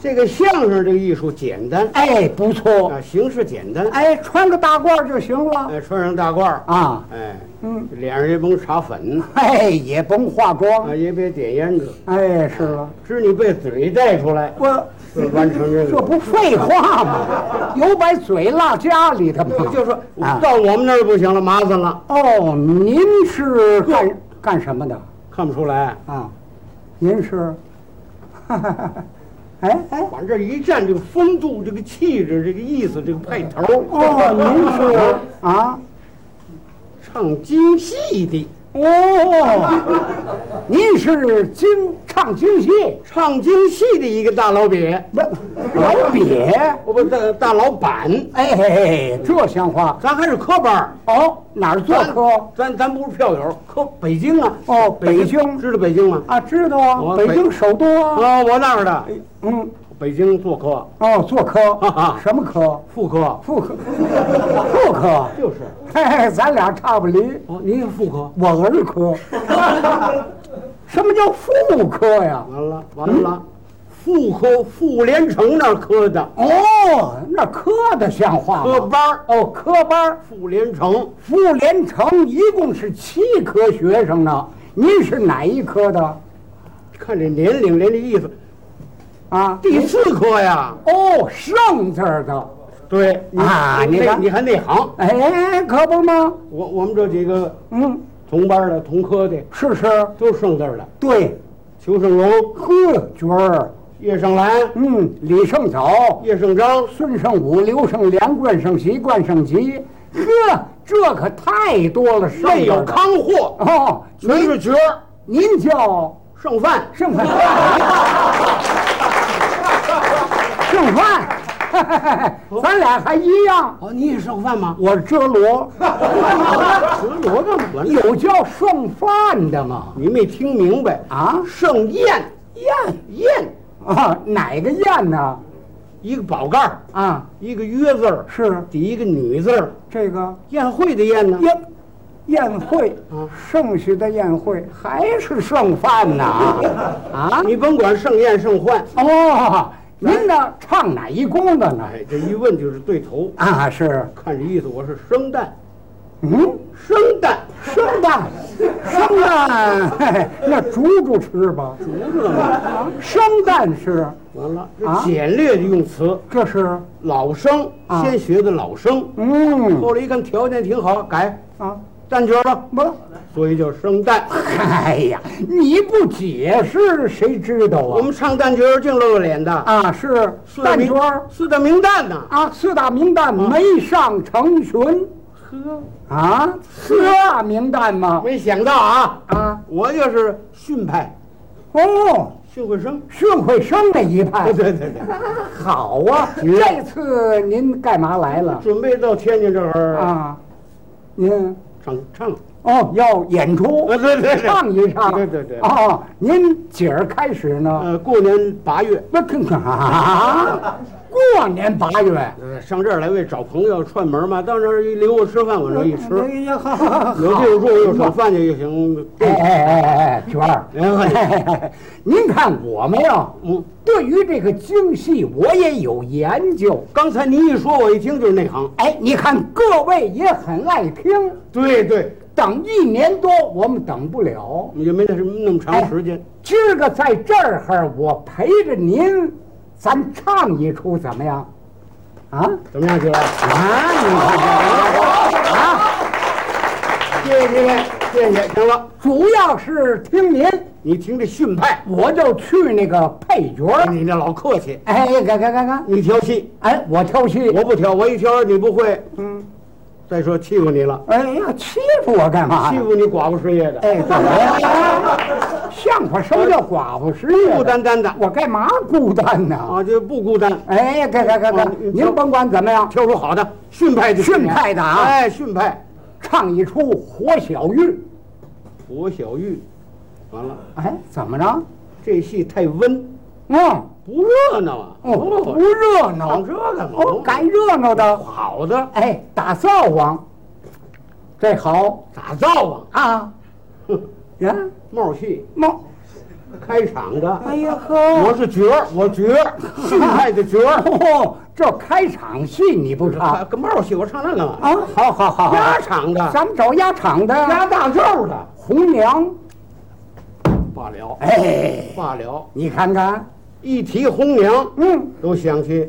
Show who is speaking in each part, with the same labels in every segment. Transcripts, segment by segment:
Speaker 1: 这个相声这个艺术简单
Speaker 2: 哎，不错，
Speaker 1: 啊，形式简单，
Speaker 2: 哎，穿个大褂就行了
Speaker 1: 哎，穿上大褂儿，
Speaker 2: 啊，
Speaker 1: 哎，
Speaker 2: 嗯，
Speaker 1: 脸上也甭擦粉，
Speaker 2: 哎，也甭化妆，
Speaker 1: 啊，也别点胭脂，
Speaker 2: 哎，是了，
Speaker 1: 只你被嘴带出来，
Speaker 2: 我
Speaker 1: 就完成这
Speaker 2: 这
Speaker 1: 个。
Speaker 2: 不废话 吗？有把嘴落家里的吗？
Speaker 1: 就说
Speaker 2: 啊，
Speaker 1: 到我们那儿不行了，麻烦了，
Speaker 2: 哦，您是干干什么的
Speaker 1: 看不出来，
Speaker 2: 啊？您是， 哎哎，
Speaker 1: 往这一站，这个风度、这个气质、这个意思、这个派头儿，
Speaker 2: 哦，您是啊？
Speaker 1: 唱京戏的，
Speaker 2: 哦，您是京唱京戏，
Speaker 1: 唱京戏的一个大老瘪，
Speaker 2: 不老瘪。
Speaker 1: 我不大大老板，
Speaker 2: 哎，这像话
Speaker 1: 咱还是科班儿。
Speaker 2: 哦，哪儿做科？
Speaker 1: 咱咱不是票友，可北京啊。
Speaker 2: 哦北京
Speaker 1: 知道北京吗？
Speaker 2: 啊？知道啊，
Speaker 1: 我
Speaker 2: 北
Speaker 1: 北
Speaker 2: 京首都啊。
Speaker 1: 啊，我那儿的，
Speaker 2: 嗯，
Speaker 1: 北京做科，
Speaker 2: 哦，做科
Speaker 1: 哈哈
Speaker 2: 什么科？
Speaker 1: 副科，
Speaker 2: 副科，副科。
Speaker 1: 就是。
Speaker 2: 嘿，咱俩差不离。
Speaker 1: 哦，您是副科，
Speaker 2: 我儿科。 什么叫副科呀？
Speaker 1: 完了完
Speaker 2: 嗯
Speaker 1: 了，副科傅连城那儿科的
Speaker 2: 哦，那科的像话
Speaker 1: 科
Speaker 2: 吗？
Speaker 1: 班儿，
Speaker 2: 哦，科班儿。
Speaker 1: 傅连城
Speaker 2: 傅连城一共是七科学生呢，您是哪一科的？
Speaker 1: 看这年龄，连这意思，
Speaker 2: 啊？
Speaker 1: 第四科呀。
Speaker 2: 哦，圣字儿的。
Speaker 1: 对你
Speaker 2: 啊
Speaker 1: 你
Speaker 2: 你看
Speaker 1: 你还内行。
Speaker 2: 哎，可不吗？
Speaker 1: 我我们这几个
Speaker 2: 嗯，
Speaker 1: 同班的、同科的，
Speaker 2: 是是，
Speaker 1: 都是圣字儿的，
Speaker 2: 对，
Speaker 1: 裘盛戎、
Speaker 2: 呵，角儿，
Speaker 1: 叶盛兰、
Speaker 2: 嗯，李胜藻、
Speaker 1: 叶盛章、
Speaker 2: 孙胜武、刘胜良、冠胜习、冠胜吉，呵，这可太多了，上
Speaker 1: 内有
Speaker 2: 边儿
Speaker 1: 康货，
Speaker 2: 哦，
Speaker 1: 全是角儿。
Speaker 2: 您叫
Speaker 1: 剩饭
Speaker 2: 盛 饭，盛 饭，咱俩还一样，
Speaker 1: 哦，你也剩饭 吗？
Speaker 2: 我遮罗，
Speaker 1: 我我干嘛呢？
Speaker 2: 有叫剩饭的吗？
Speaker 1: 你没听明白？
Speaker 2: 啊
Speaker 1: 盛宴
Speaker 2: 燕
Speaker 1: 宴，
Speaker 2: 啊，哪个燕呢？
Speaker 1: 一个宝盖儿，
Speaker 2: 啊，
Speaker 1: 一个约字儿，
Speaker 2: 是
Speaker 1: 底一个女字儿，
Speaker 2: 这个
Speaker 1: 宴会的宴呢？
Speaker 2: 宴宴会
Speaker 1: 啊，
Speaker 2: 剩下的宴会还是剩饭呐？啊，
Speaker 1: 你甭管盛宴盛欢，
Speaker 2: 哦，您呢唱哪一宫的呢？
Speaker 1: 哎，这一问就是对头。
Speaker 2: 啊，是，
Speaker 1: 看这意思，我是生蛋，
Speaker 2: 嗯，
Speaker 1: 生蛋，
Speaker 2: 生蛋，生蛋，嘿嘿那煮煮吃吧。
Speaker 1: 你知道吗？
Speaker 2: 生蛋是，
Speaker 1: 完了，
Speaker 2: 啊
Speaker 1: 这简略的用词，
Speaker 2: 这是，
Speaker 1: 老生
Speaker 2: 啊
Speaker 1: 先学的老生，
Speaker 2: 嗯，
Speaker 1: 后来一看条件挺好，改
Speaker 2: 啊，
Speaker 1: 蛋角了，
Speaker 2: 不，
Speaker 1: 所以叫生蛋。
Speaker 2: 哎呀，你不解释谁知道
Speaker 1: 我
Speaker 2: 啊？
Speaker 1: 们唱蛋角净露脸的，
Speaker 2: 啊，是
Speaker 1: 四大
Speaker 2: 蛋
Speaker 1: 名
Speaker 2: 圈儿。
Speaker 1: 四大名旦呢？
Speaker 2: 啊，四大名旦没上成群
Speaker 1: 呵，
Speaker 2: 啊，四大名旦吗？
Speaker 1: 没想到啊，
Speaker 2: 啊，
Speaker 1: 我就是训派，
Speaker 2: 哦，
Speaker 1: 训会生。
Speaker 2: 训会生那一派
Speaker 1: 对， 对对对，
Speaker 2: 好啊！
Speaker 1: 嗯
Speaker 2: 这次您干嘛来了
Speaker 1: 准备到天津这儿
Speaker 2: 啊？您
Speaker 1: 唱唱。
Speaker 2: 哦要演出
Speaker 1: 啊，，对对对，
Speaker 2: 唱一唱，
Speaker 1: 对对对。
Speaker 2: 哦，您几儿开始呢？
Speaker 1: 呃，过年八月，
Speaker 2: 那更啊，过年八月，
Speaker 1: 呃上这儿来为找朋友串门嘛，到那儿一领我吃饭，我这一
Speaker 2: 哎
Speaker 1: 吃，
Speaker 2: 呀，好好好
Speaker 1: 有地儿住有手饭去也行。
Speaker 2: 哎哎哎哎哎，娟儿，
Speaker 1: 哎
Speaker 2: 您看我们呀，
Speaker 1: 嗯，
Speaker 2: 对于这个京戏我也有研究。
Speaker 1: 刚才您一说，我一听就是内行。
Speaker 2: 哎，你看各位也很爱听，
Speaker 1: 对对，
Speaker 2: 等一年多我们等不了。
Speaker 1: 也没那什么那么
Speaker 2: 哎
Speaker 1: 长时间。
Speaker 2: 今儿个在这儿，我陪着您，咱唱一出怎么样？啊
Speaker 1: 怎么样，媳妇儿？
Speaker 2: 啊，你看看啊，
Speaker 1: 谢谢您，谢谢。行了，
Speaker 2: 主要是听您，
Speaker 1: 你听这训派，
Speaker 2: 我就去那个配角儿。
Speaker 1: 你那老客气。
Speaker 2: 哎，看看看看，
Speaker 1: 你挑戏，
Speaker 2: 哎，我挑戏。
Speaker 1: 我不挑，我一挑你不会。
Speaker 2: 嗯，
Speaker 1: 再说欺负你了，
Speaker 2: 哎呀，欺负我干嘛
Speaker 1: 欺
Speaker 2: 呀？
Speaker 1: 负你寡妇失业的，
Speaker 2: 哎哎，怎哎么了？像话，什么叫寡妇失业？
Speaker 1: 孤单，单的
Speaker 2: 我干嘛孤单呢？
Speaker 1: 啊，就不孤单，
Speaker 2: 哎，该该该该，
Speaker 1: 哦
Speaker 2: 您甭管怎么样，
Speaker 1: 挑出好的，训派的
Speaker 2: 训派的啊
Speaker 1: 哎，训派，
Speaker 2: 唱一出《活小玉》。
Speaker 1: 火小玉，完了，
Speaker 2: 哎，怎么着？
Speaker 1: 这戏太温，
Speaker 2: 嗯，
Speaker 1: 不热闹啊，
Speaker 2: 哦，不热闹
Speaker 1: 唱，这干嘛？
Speaker 2: 哦，该热闹的。
Speaker 1: 好的，
Speaker 2: 哎，打灶王，这好
Speaker 1: 打造啊，
Speaker 2: 啊，呀，
Speaker 1: 帽戏，
Speaker 2: 猫，
Speaker 1: 开场的。
Speaker 2: 哎呀呵，
Speaker 1: 我是角儿，我角儿，戏派的角儿。
Speaker 2: 哦，这开场戏你不
Speaker 1: 啊，
Speaker 2: 唱
Speaker 1: 跟帽戏，我唱那干嘛？
Speaker 2: 啊？好好好，好
Speaker 1: 压场的，
Speaker 2: 咱们找压场的
Speaker 1: 压大轿的，
Speaker 2: 红娘。
Speaker 1: 罢了，
Speaker 2: 哎，
Speaker 1: 罢了。
Speaker 2: 你看看，
Speaker 1: 一提红娘，
Speaker 2: 嗯，
Speaker 1: 都想起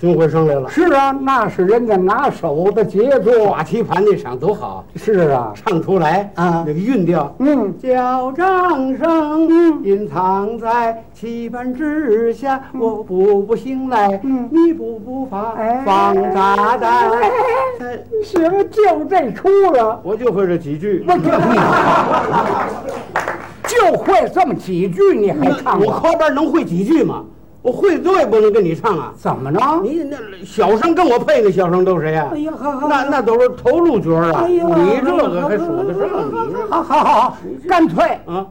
Speaker 1: 巡回生来了。
Speaker 2: 是啊，那是人家拿手的杰作。
Speaker 1: 耍棋盘那场多好，
Speaker 2: 是啊，
Speaker 1: 唱出来
Speaker 2: 啊
Speaker 1: 那个韵调。
Speaker 2: 嗯，
Speaker 1: 叫掌声隐藏在棋盘之下，我步步行来，
Speaker 2: 嗯
Speaker 1: 你步步伐
Speaker 2: 哎，
Speaker 1: 放炸弹。哎
Speaker 2: 行，就这出 了，
Speaker 1: 我就会这几句，
Speaker 2: 就会这么几句，你还
Speaker 1: 那
Speaker 2: 唱
Speaker 1: 我
Speaker 2: 我？
Speaker 1: 科班能会几句吗？我会多也不能跟你唱啊！
Speaker 2: 怎么着？
Speaker 1: 你那小生跟我配个小生都谁呀、
Speaker 2: 哎呀，好好，
Speaker 1: 那那都是头路角儿啊！
Speaker 2: 哎呀
Speaker 1: 你这个还数得上你
Speaker 2: 好好好，干脆
Speaker 1: 啊？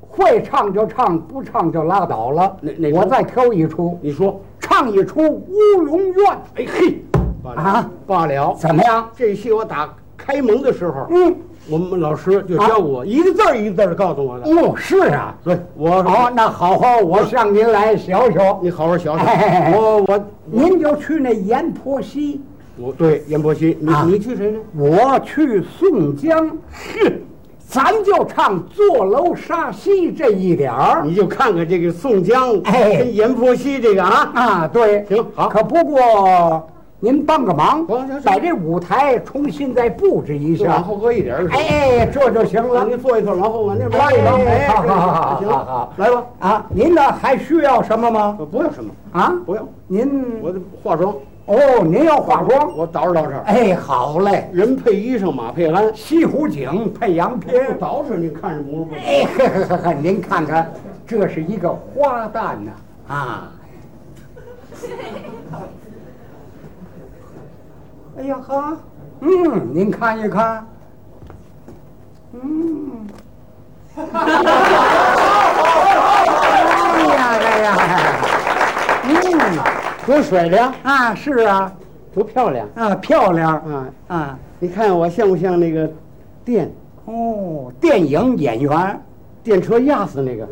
Speaker 2: 会唱就唱，不唱就拉倒了。
Speaker 1: 哪哪出
Speaker 2: 我再挑一出，
Speaker 1: 你说，
Speaker 2: 唱一出《乌龙院》
Speaker 1: 哎嘿，罢了
Speaker 2: 啊，
Speaker 1: 罢了。
Speaker 2: 怎么样？
Speaker 1: 这戏我打开蒙的时候，
Speaker 2: 嗯，
Speaker 1: 我们老师就教我一个字儿一个字儿告诉我的。
Speaker 2: 哦，是啊。
Speaker 1: 对，我
Speaker 2: 好，那好好，我向您来学学。
Speaker 1: 你好好想想
Speaker 2: 哎，
Speaker 1: 我我
Speaker 2: 您就去那盐坡西，
Speaker 1: 我对阎伯西，你
Speaker 2: 啊
Speaker 1: 你去谁呢？
Speaker 2: 我去宋江，是，咱就唱坐楼杀西这一点儿
Speaker 1: 你就看看这个宋江
Speaker 2: 哎
Speaker 1: 跟阎婆惜这个啊，
Speaker 2: 啊。对，
Speaker 1: 行好
Speaker 2: 可不过您帮个忙
Speaker 1: 行行，行
Speaker 2: 把这舞台重新再布置一
Speaker 1: 就往
Speaker 2: 下。
Speaker 1: 后搁一点儿是吧。
Speaker 2: 哎，这就行
Speaker 1: 啊
Speaker 2: 了
Speaker 1: 您坐一坐，然后往那边
Speaker 2: 哎
Speaker 1: 拉一拉。
Speaker 2: 哎好好好好
Speaker 1: 行了
Speaker 2: 好好
Speaker 1: 来吧，
Speaker 2: 啊。您呢还需要什么吗？
Speaker 1: 呃不要什么，
Speaker 2: 啊，
Speaker 1: 不要，
Speaker 2: 您
Speaker 1: 我得化妆，
Speaker 2: 哦，您要化妆？
Speaker 1: 我捯饬捯饬，
Speaker 2: 哎，好嘞，
Speaker 1: 人配衣裳马配鞍，
Speaker 2: 西湖景配洋
Speaker 1: 不
Speaker 2: 片。
Speaker 1: 捯饬你看着模样不？
Speaker 2: 哎，呵呵呵呵，您看看，这是一个花旦呐、啊，哎呀哈，嗯，您看一看，嗯，哎呀哎呀，嗯，
Speaker 1: 多水灵，
Speaker 2: 啊是啊，
Speaker 1: 多漂亮
Speaker 2: 啊漂亮
Speaker 1: 啊！
Speaker 2: 啊，
Speaker 1: 你看我像不像那个电
Speaker 2: 哦，电影演员，
Speaker 1: 电车压死那个？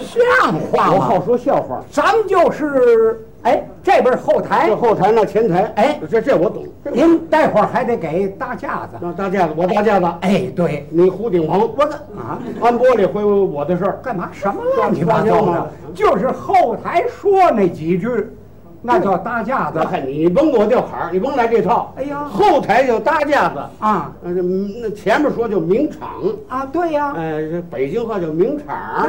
Speaker 2: 像话
Speaker 1: 我
Speaker 2: 吗？
Speaker 1: 好说笑话。
Speaker 2: 咱们就是，哎，这边后台
Speaker 1: 这，后台那前台，
Speaker 2: 哎
Speaker 1: 这这我懂。
Speaker 2: 您待会儿还得给搭架子。
Speaker 1: 那搭架子，我搭架子，
Speaker 2: 哎，对，
Speaker 1: 你胡顶棚，
Speaker 2: 我的啊，
Speaker 1: 安玻璃回我的事儿。
Speaker 2: 干嘛什么乱七八糟的？就是后台说那几句，那叫搭架子
Speaker 1: 那还你甭给我掉坎儿，你甭来这套。
Speaker 2: 哎呀
Speaker 1: 后台就搭架子，
Speaker 2: 啊
Speaker 1: 呃这那前面说叫名场，
Speaker 2: 啊，对呀、
Speaker 1: 哎，这北京话叫名场，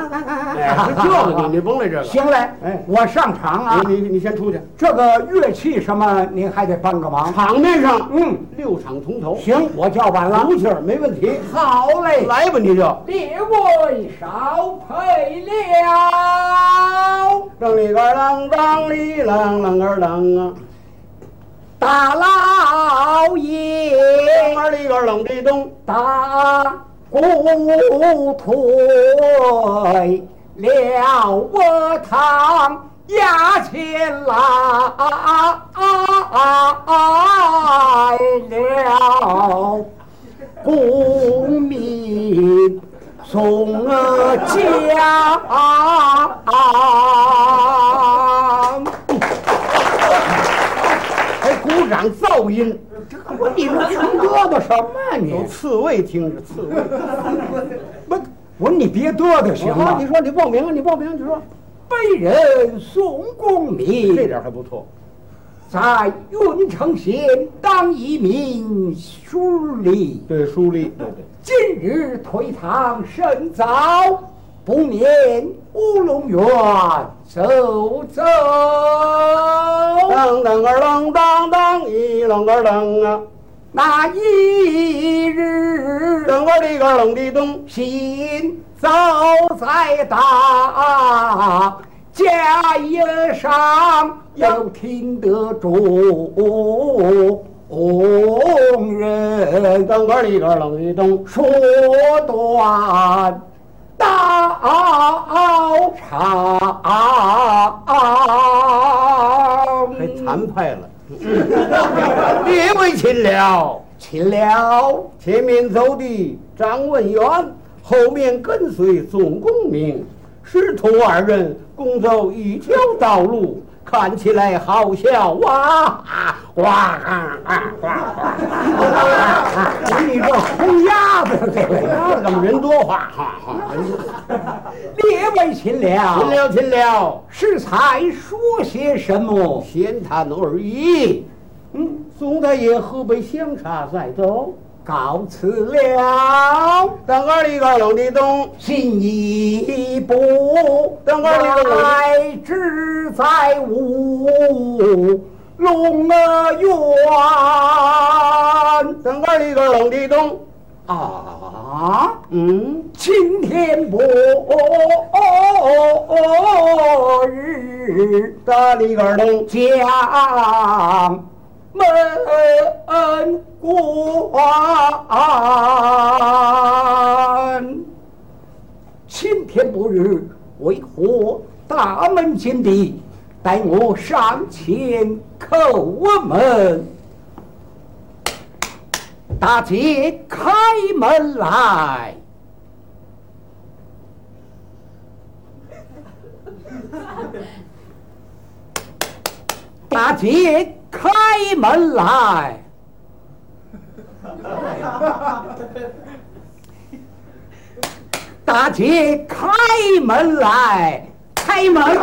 Speaker 2: 哎
Speaker 1: 哎，是这个你你甭来这个。
Speaker 2: 行嘞，
Speaker 1: 哎
Speaker 2: 我上场啊。
Speaker 1: 你你你先出去，
Speaker 2: 这个乐器什么，您还得帮个忙。
Speaker 1: 场面上
Speaker 2: 嗯，
Speaker 1: 六场同头，
Speaker 2: 行，我叫晚了。
Speaker 1: 足气儿没问题。
Speaker 2: 好嘞。
Speaker 1: 来吧，你就
Speaker 2: 列位少配料，
Speaker 1: 让里个啷当里啷啷个啷啊，
Speaker 2: 大老
Speaker 1: 当
Speaker 2: 爷，
Speaker 1: 儿里个啷这东，
Speaker 2: 大鼓退了我堂衙前来了，公民送我家。
Speaker 1: 还鼓掌噪音，
Speaker 2: 我你这穷嘚嘚什么呀
Speaker 1: 有
Speaker 2: 你？
Speaker 1: 刺猬听着，刺猬。
Speaker 2: 不，我说你别嘚嘚行
Speaker 1: 啊
Speaker 2: 吗
Speaker 1: 你？说你报名，你报名，你说
Speaker 2: 被人送公
Speaker 1: 这
Speaker 2: 民，
Speaker 1: 点还不错。
Speaker 2: 在运城县当一名书吏，
Speaker 1: 对，书立，对对。
Speaker 2: 今日退堂甚早，不免乌龙院走走。
Speaker 1: 当当个啷当当一啷个啷啊，
Speaker 2: 那一日。
Speaker 1: 当个里个啷的咚，
Speaker 2: 心早在大家业上，要听得中人
Speaker 1: 当个里个啷的咚，
Speaker 2: 说断道场，
Speaker 1: 还残派了。列位亲了，
Speaker 2: 起了
Speaker 1: 前面走的张文元，后面跟随总公明，师徒二人共走一条道路，看起来好笑哇哇啊啊哇哇！你这
Speaker 2: 红鸭子，这位
Speaker 1: 那怎么人多话哈哈？
Speaker 2: 列位秦
Speaker 1: 秦
Speaker 2: 了，
Speaker 1: 了秦了，
Speaker 2: 适才说些什么？
Speaker 1: 闲谈而已。
Speaker 2: 嗯，
Speaker 1: 宋太爷喝杯香茶再走。
Speaker 2: 告辞了，
Speaker 1: 当个里个冷的东，
Speaker 2: 进一步，
Speaker 1: 等会儿你等会儿
Speaker 2: 来之在吾龙儿园
Speaker 1: 当个里个冷的东。
Speaker 2: 啊。
Speaker 1: 嗯，
Speaker 2: 青天白日
Speaker 1: 大里个东，
Speaker 2: 将门关，青天白日为何大门紧闭？待我上前叩门，大姐开门来。大姐开门来。 大姐开门来，开门！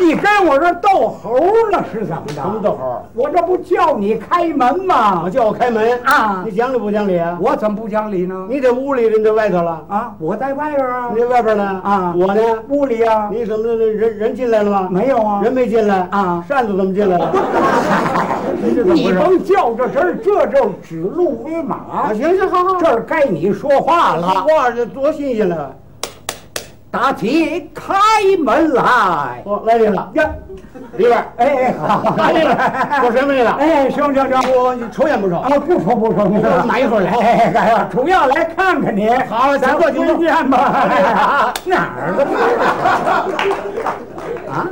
Speaker 2: 你跟我这逗猴呢是怎么的？
Speaker 1: 什么逗猴？
Speaker 2: 我这不叫你开门吗
Speaker 1: 我？叫我开门
Speaker 2: 啊
Speaker 1: 你讲理不讲理啊？
Speaker 2: 我怎么不讲理呢？
Speaker 1: 你这屋里人在外头了，
Speaker 2: 啊，我在外边啊
Speaker 1: 你，这外边呢？
Speaker 2: 啊
Speaker 1: 我呢？
Speaker 2: 屋里啊，
Speaker 1: 你怎么人人进来了吗？
Speaker 2: 没有啊
Speaker 1: 人没进来
Speaker 2: 啊
Speaker 1: 扇子怎么进来了？你这怎么
Speaker 2: 你
Speaker 1: 回事？
Speaker 2: 甭较这真儿，这就指鹿为马
Speaker 1: 啊，。行行好好，
Speaker 2: 这儿该你说话
Speaker 1: 说
Speaker 2: 了，
Speaker 1: 话这多新鲜了！
Speaker 2: 大姐开门来。
Speaker 1: 我来这了，
Speaker 2: 呀，
Speaker 1: 里边儿，
Speaker 2: 哎， 好，
Speaker 1: 来这 了，说什么来了？
Speaker 2: 哎，行行行，
Speaker 1: 啊我你丑眼不丑？
Speaker 2: 啊，不说不说，不说，
Speaker 1: 拿一份来
Speaker 2: 哎，哎呀，主要来看看你。
Speaker 1: 好
Speaker 2: 咱
Speaker 1: 请坐
Speaker 2: 们
Speaker 1: 请
Speaker 2: 回
Speaker 1: 坐
Speaker 2: 见
Speaker 1: 啊
Speaker 2: 吧。 哪儿的？ 啊，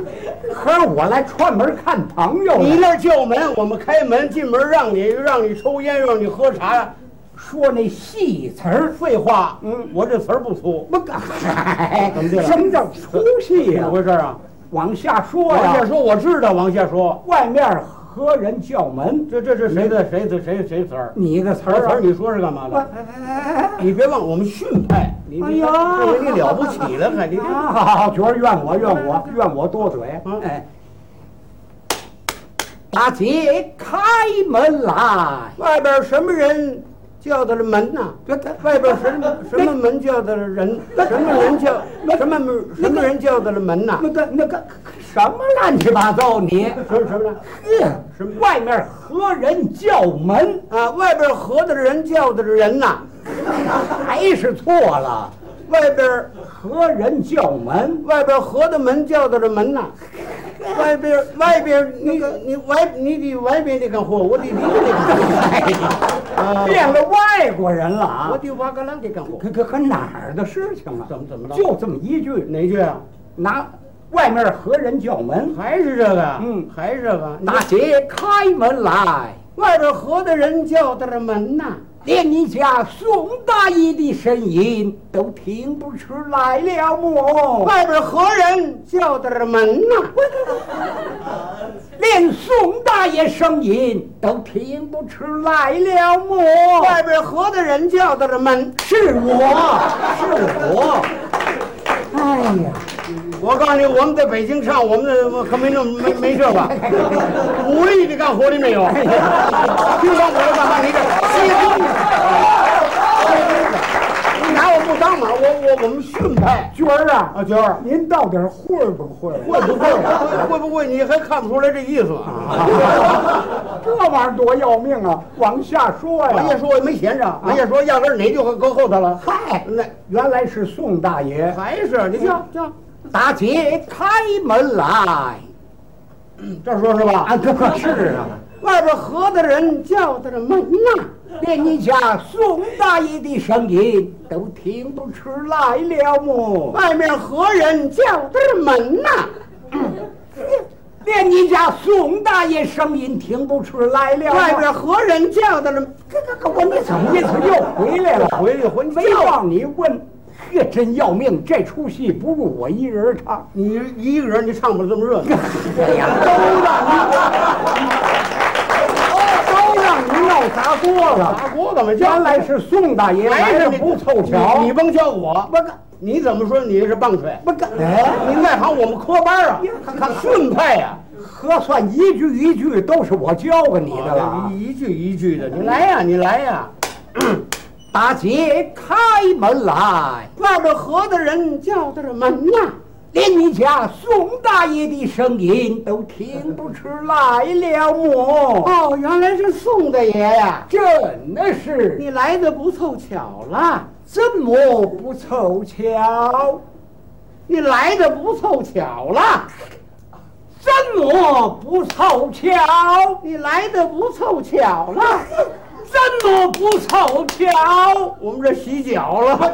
Speaker 2: 合着我来串门看朋友了
Speaker 1: 你那儿叫门，我们开门，进门让你让你抽烟，让你喝茶，
Speaker 2: 说那戏词儿，
Speaker 1: 废话。
Speaker 2: 嗯，
Speaker 1: 我这词儿不粗，
Speaker 2: 不，嗨
Speaker 1: 怎么的了
Speaker 2: 什么叫出戏
Speaker 1: 怎
Speaker 2: 呀
Speaker 1: 么？回事啊？
Speaker 2: 往下说
Speaker 1: 往下
Speaker 2: 呀，
Speaker 1: 说，我知道。往下说，
Speaker 2: 外面何人叫门？
Speaker 1: 这这这谁的谁的谁谁词儿？
Speaker 2: 你的词
Speaker 1: 词
Speaker 2: 儿
Speaker 1: 儿
Speaker 2: 啊哎
Speaker 1: 词儿，你说是哎干嘛
Speaker 2: 我
Speaker 1: 的？你别忘了，我们训派，你你
Speaker 2: 哎呀
Speaker 1: 这你了不起了，还你这
Speaker 2: 啊，好好，觉儿怨我怨我怨我多嘴
Speaker 1: 嗯。
Speaker 2: 哎，大姐开门来，
Speaker 1: 外边什么人叫他的门呐？
Speaker 2: 这这
Speaker 1: 外边什么什么门叫他的人？什么人叫什么门什么人叫他的门呐？
Speaker 2: 那个那个什么乱七八糟你？
Speaker 1: 什么什么呢？
Speaker 2: 呵，外面何人叫门？
Speaker 1: 啊，外边合的人叫他的人呐，
Speaker 2: 还是错了。
Speaker 1: 外边
Speaker 2: 何人叫门？
Speaker 1: 外边合的门叫他的门 呐。外边外边那个你外你得外边那个货，我得里边那个货啊，
Speaker 2: 变了外国人了
Speaker 1: 我
Speaker 2: 啊！
Speaker 1: 得瓦格兰这个货。
Speaker 2: 可可可哪儿的事情啊？
Speaker 1: 怎么怎么了
Speaker 2: 就这么一句，
Speaker 1: 哪句啊？
Speaker 2: 拿外面何人叫门？
Speaker 1: 还是这个？啊
Speaker 2: 嗯
Speaker 1: 还是这个。
Speaker 2: 大姐开门来，
Speaker 1: 外边合的人叫他的门呐。
Speaker 2: 连你家宋大爷的声音都听不出来了哦么？
Speaker 1: 外边何人叫他的门呐？
Speaker 2: 哦连宋大爷声音都听不出来了么？
Speaker 1: 外边合的人叫他的门。
Speaker 2: 是我，是我。哎呀，
Speaker 1: 我告诉你，我们在北京唱，我们的我可没那么没没这 个，武力你干活的 没有？就让我来干嘛？你这戏精你拿我不当嘛？我我我们训 派
Speaker 2: 娟儿啊
Speaker 1: 啊，，娟儿，
Speaker 2: 您到底会不会？
Speaker 1: 会不会？会不会？你还看不出来这意思啊 吗？
Speaker 2: 这玩意儿多要命啊！往下说呀。
Speaker 1: 王爷说我没闲着，王爷说压根儿哪句话搁后头了？
Speaker 2: 嗨，
Speaker 1: 啊 那
Speaker 2: 原来是宋大爷。
Speaker 1: 还是你叫叫，
Speaker 2: 大姐开门来。
Speaker 1: 嗯这说是吧？
Speaker 2: 啊，这是 啊。
Speaker 1: 外边合的人叫他的门呐。
Speaker 2: 连你家宋大爷的声音都听不出来 了么？
Speaker 1: 外面何人叫他的门呐？
Speaker 2: 连你家宋大爷声音听不出来了。
Speaker 1: 外边何人叫的了？
Speaker 2: 这个个我你怎么意思又回来了？
Speaker 1: 回来回来
Speaker 2: 没让你问，呵，真要命！这出戏不如我一人唱。
Speaker 1: 你一个人你唱不了这么热闹。
Speaker 2: 哎呀，都让你，都让你闹砸锅
Speaker 1: 打
Speaker 2: 了。
Speaker 1: 鼓怎么叫
Speaker 2: 原？来是宋大爷，来
Speaker 1: 是
Speaker 2: 的
Speaker 1: 你
Speaker 2: 不凑巧。
Speaker 1: 你你甭叫我，
Speaker 2: 不干
Speaker 1: 你怎么说你是棒槌？
Speaker 2: 不干，哎，
Speaker 1: 您外行，我们科班啊，看看顺派啊呀、
Speaker 2: 核算一句一句都是我教给你的了。
Speaker 1: 哎一句一句的，你来呀、你来呀、
Speaker 2: 大姐开门来，
Speaker 1: 外边合的人叫的是门呐、
Speaker 2: 连你家宋大爷的声音都听不出来了么？
Speaker 1: 哦，原来是宋大爷呀、
Speaker 2: 真的是
Speaker 1: 你来的不凑巧了，
Speaker 2: 怎么不凑巧？
Speaker 1: 你来的不凑巧了，
Speaker 2: 怎么不凑巧？
Speaker 1: 你来的不凑巧了，
Speaker 2: 怎么不凑巧？
Speaker 1: 我们这洗脚了。